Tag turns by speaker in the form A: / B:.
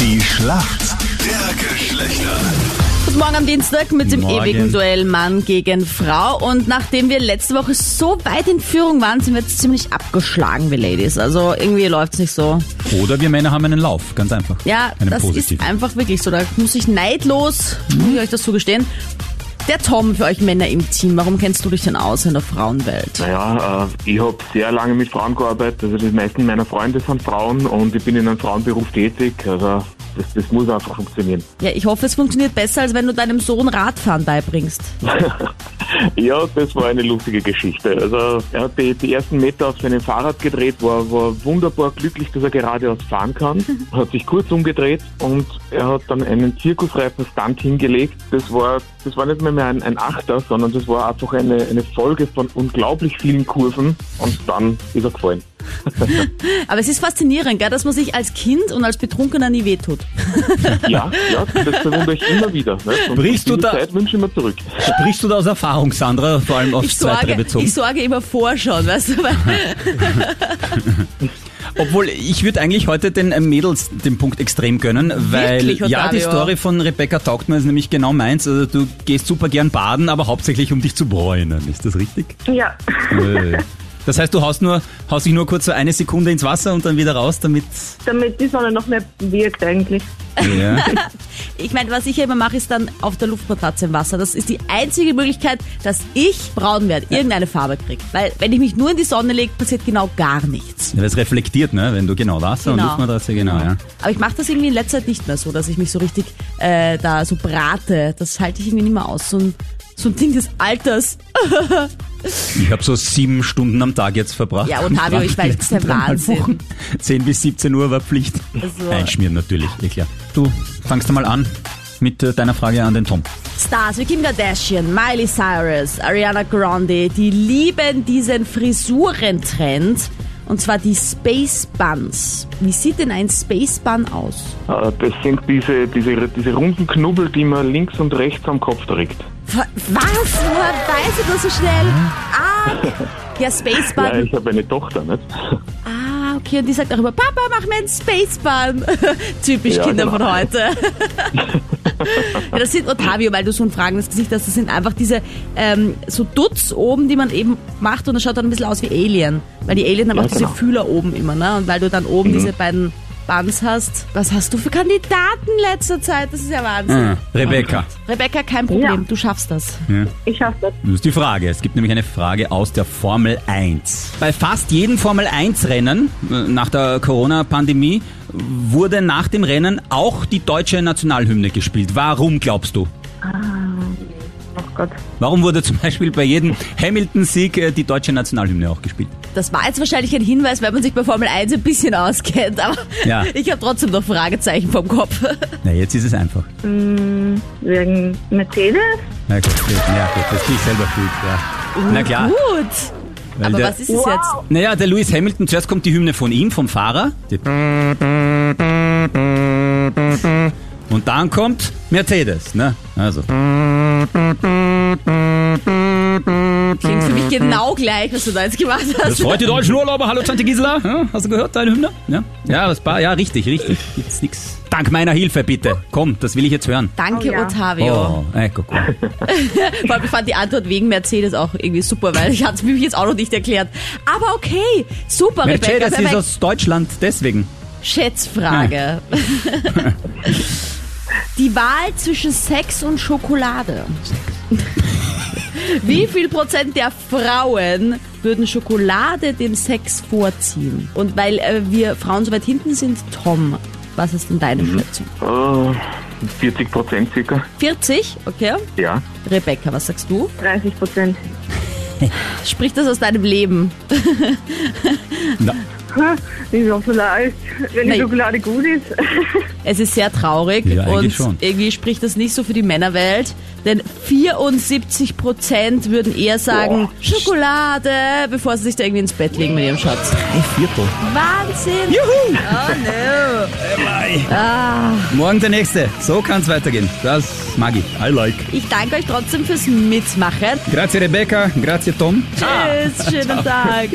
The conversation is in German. A: Die Schlacht der Geschlechter.
B: Guten Morgen am Dienstag mit dem
C: Morgen.
B: ewigen Duell Mann gegen Frau. Und nachdem wir letzte Woche so weit in Führung waren, sind wir jetzt ziemlich abgeschlagen, wir Ladies. Also irgendwie läuft's nicht so.
C: Oder wir Männer haben einen Lauf, ganz einfach.
B: Ja,
C: einen
B: das
C: positiven.
B: ist einfach wirklich so. Da muss ich neidlos,
C: Mhm.
B: muss ich euch das zugestehen. Der Tom für euch Männer im Team, warum kennst du dich denn aus in der Frauenwelt?
D: Naja, äh, ich habe sehr lange mit Frauen gearbeitet. Also die meisten meiner Freunde sind Frauen und ich bin in einem Frauenberuf tätig. Also das, das muss einfach funktionieren.
B: Ja, ich hoffe, es funktioniert besser, als wenn du deinem Sohn Radfahren beibringst.
D: Ja, das war eine lustige Geschichte. Also er hat die, die ersten Meter auf seinem Fahrrad gedreht, war, war wunderbar glücklich, dass er geradeaus fahren kann, hat sich kurz umgedreht und er hat dann einen zirkusreifen Stunt hingelegt. Das war, das war nicht mehr, mehr ein, ein Achter, sondern das war einfach eine, eine Folge von unglaublich vielen Kurven und dann ist er gefallen.
B: Aber es ist faszinierend, gell, dass man sich als Kind und als Betrunkener nie wehtut.
D: Ja, ja, das bewundere ich immer wieder. Ne? Und
C: Brichst du
D: diese
C: da-
D: Zeit wünsche ich mir zurück.
C: Sprichst du da aus Erfahrung, Sandra, vor allem aufs
B: Ich sorge,
C: Zweite bezogen?
B: ich sorge immer vorschauen, weißt du? Weil
C: Obwohl, ich würde eigentlich heute den äh, Mädels den Punkt extrem gönnen, weil
B: Wirklich,
C: ja, die
B: Ottavio?
C: Story von Rebecca taugt mir ist nämlich genau meins. Also du gehst super gern baden, aber hauptsächlich um dich zu bräunen. Ist das richtig?
E: Ja,
C: Äh. Das heißt, du haust nur, haust dich nur kurz so eine Sekunde ins Wasser und dann wieder raus, damit.
E: damit die Sonne noch mehr wirkt eigentlich.
C: Ja.
B: Ich meine, was ich ja immer mache, ist dann auf der Luftmatratze im Wasser. Das ist die einzige Möglichkeit, dass ich braun werde, irgendeine Farbe kriege. Weil wenn ich mich nur in die Sonne lege, passiert genau gar nichts.
C: Weil es reflektiert, ne? Wenn du genau Wasser
B: Genau.
C: und Luftmatratze, genau, ja.
B: Aber ich mache das irgendwie in letzter Zeit nicht mehr so, dass ich mich so richtig äh, da so brate. Das halte ich irgendwie nicht mehr aus. So ein, so ein Ding des Alters.
C: Ich habe so sieben Stunden am Tag jetzt verbracht.
B: Ja, Ottavio, ich weiß, das ist der Wahnsinn.
C: 10 bis 17 Uhr war Pflicht.
B: Also-
C: Einschmieren natürlich, eh klar. Du fangst einmal an mit äh, deiner Frage an den Tom.
B: Stars wie Kim Kardashian, Miley Cyrus, Ariana Grande, die lieben diesen Frisurentrend. Und zwar die Space Buns. Wie sieht denn ein Space Bun aus?
D: Äh, Das sind diese, diese, diese runden Knubbel, die man links und rechts am Kopf trägt.
B: Was? Woher weiß ich das so schnell?
D: Hm?
B: Ah, ja,
D: Ja,
B: Spacebun.
D: ich habe eine Tochter, nicht?
B: Ah, okay. Und die sagt auch immer, Papa, mach mir einen Spacebun. Typisch
D: Ja,
B: Kinder
D: genau.
B: von heute. ja, das sind, Ottavio, weil du so ein fragendes Gesicht hast, das sind einfach diese ähm, so Dutz oben, die man eben macht und das schaut dann ein bisschen aus wie Alien. Weil die Alien haben
D: Ja,
B: auch diese
D: genau. Mhm.
B: Fühler oben immer, ne? Und weil du dann oben diese beiden Buns hast. Was hast du für Kandidaten letzter Zeit? Das ist ja Wahnsinn.
C: Äh, Rebecca,
B: Rebecca, kein Problem,
E: Ja.
B: du schaffst das.
E: Ich schaffe das.
C: das ist die Frage. Es gibt nämlich eine Frage aus der Formel 1. Bei fast jedem Formel 1-Rennen äh, nach der Corona-Pandemie wurde nach dem Rennen auch die deutsche Nationalhymne gespielt. Warum glaubst du?
E: Oh Gott.
C: Warum wurde zum Beispiel bei jedem Hamilton-Sieg äh, die deutsche Nationalhymne auch gespielt?
B: Das war jetzt wahrscheinlich ein Hinweis, weil man sich bei Formel 1 ein bisschen auskennt, aber
C: Ja.
B: ich habe trotzdem noch Fragezeichen vom Kopf.
C: Na, jetzt ist es einfach.
E: Wegen Mercedes?
C: Na gut, ja, gut, das bin ich selber schuld, ja. Na klar.
B: Uh, Gut,
C: weil
B: aber
C: der,
B: was ist es jetzt?
C: Naja, der Lewis Hamilton, zuerst kommt die Hymne von ihm, vom Fahrer. Die- Und dann kommt Mercedes, ne? Also.
B: Klingt für mich genau gleich, was du da jetzt gemacht
C: Das
B: hast.
C: freut die deutschen Urlauber. Hallo, Tante Gisela. Ja, hast du gehört, deine Hymne? Ja, ja, das war, ja, richtig, richtig. Gibt's nix. Dank meiner Hilfe, bitte. Komm, das will ich jetzt hören.
B: Danke,
E: Oh ja.
B: Ottavio.
C: Oh, ecco qua.
B: Vor allem, ich fand die Antwort wegen Mercedes auch irgendwie super, weil ich hatte es mir jetzt auch noch nicht erklärt. Aber okay, super, Rebecca.
C: Mercedes ist
B: perfekt.
C: aus Deutschland, deswegen.
B: Schätzfrage. Die Wahl zwischen Sex und Schokolade. Wie viel Prozent der Frauen würden Schokolade dem Sex vorziehen? Und weil äh, wir Frauen so weit hinten sind, Tom, was ist denn deine Schätzung?
D: Äh, 40 Prozent circa.
B: 40, okay.
D: Ja.
B: Rebecca, was sagst du?
E: 30 Prozent.
B: Sprich das aus deinem Leben.
E: Wieso vielleicht? Wenn
B: Nein.
E: die Schokolade gut ist.
B: Es ist sehr traurig
C: Ja,
B: und
C: eigentlich schon.
B: irgendwie spricht das nicht so für die Männerwelt, denn 74 Prozent würden eher sagen Schokolade, bevor sie sich da irgendwie ins Bett legen mit ihrem Schatz.
C: Ein Viertel.
B: Wahnsinn!
C: Juhu! Morgen der nächste. So kann's weitergehen. Das mag ich. I like.
B: Ich danke euch trotzdem fürs Mitmachen.
C: Grazie Rebecca, grazie Tom.
B: Tschüss, schönen Tag.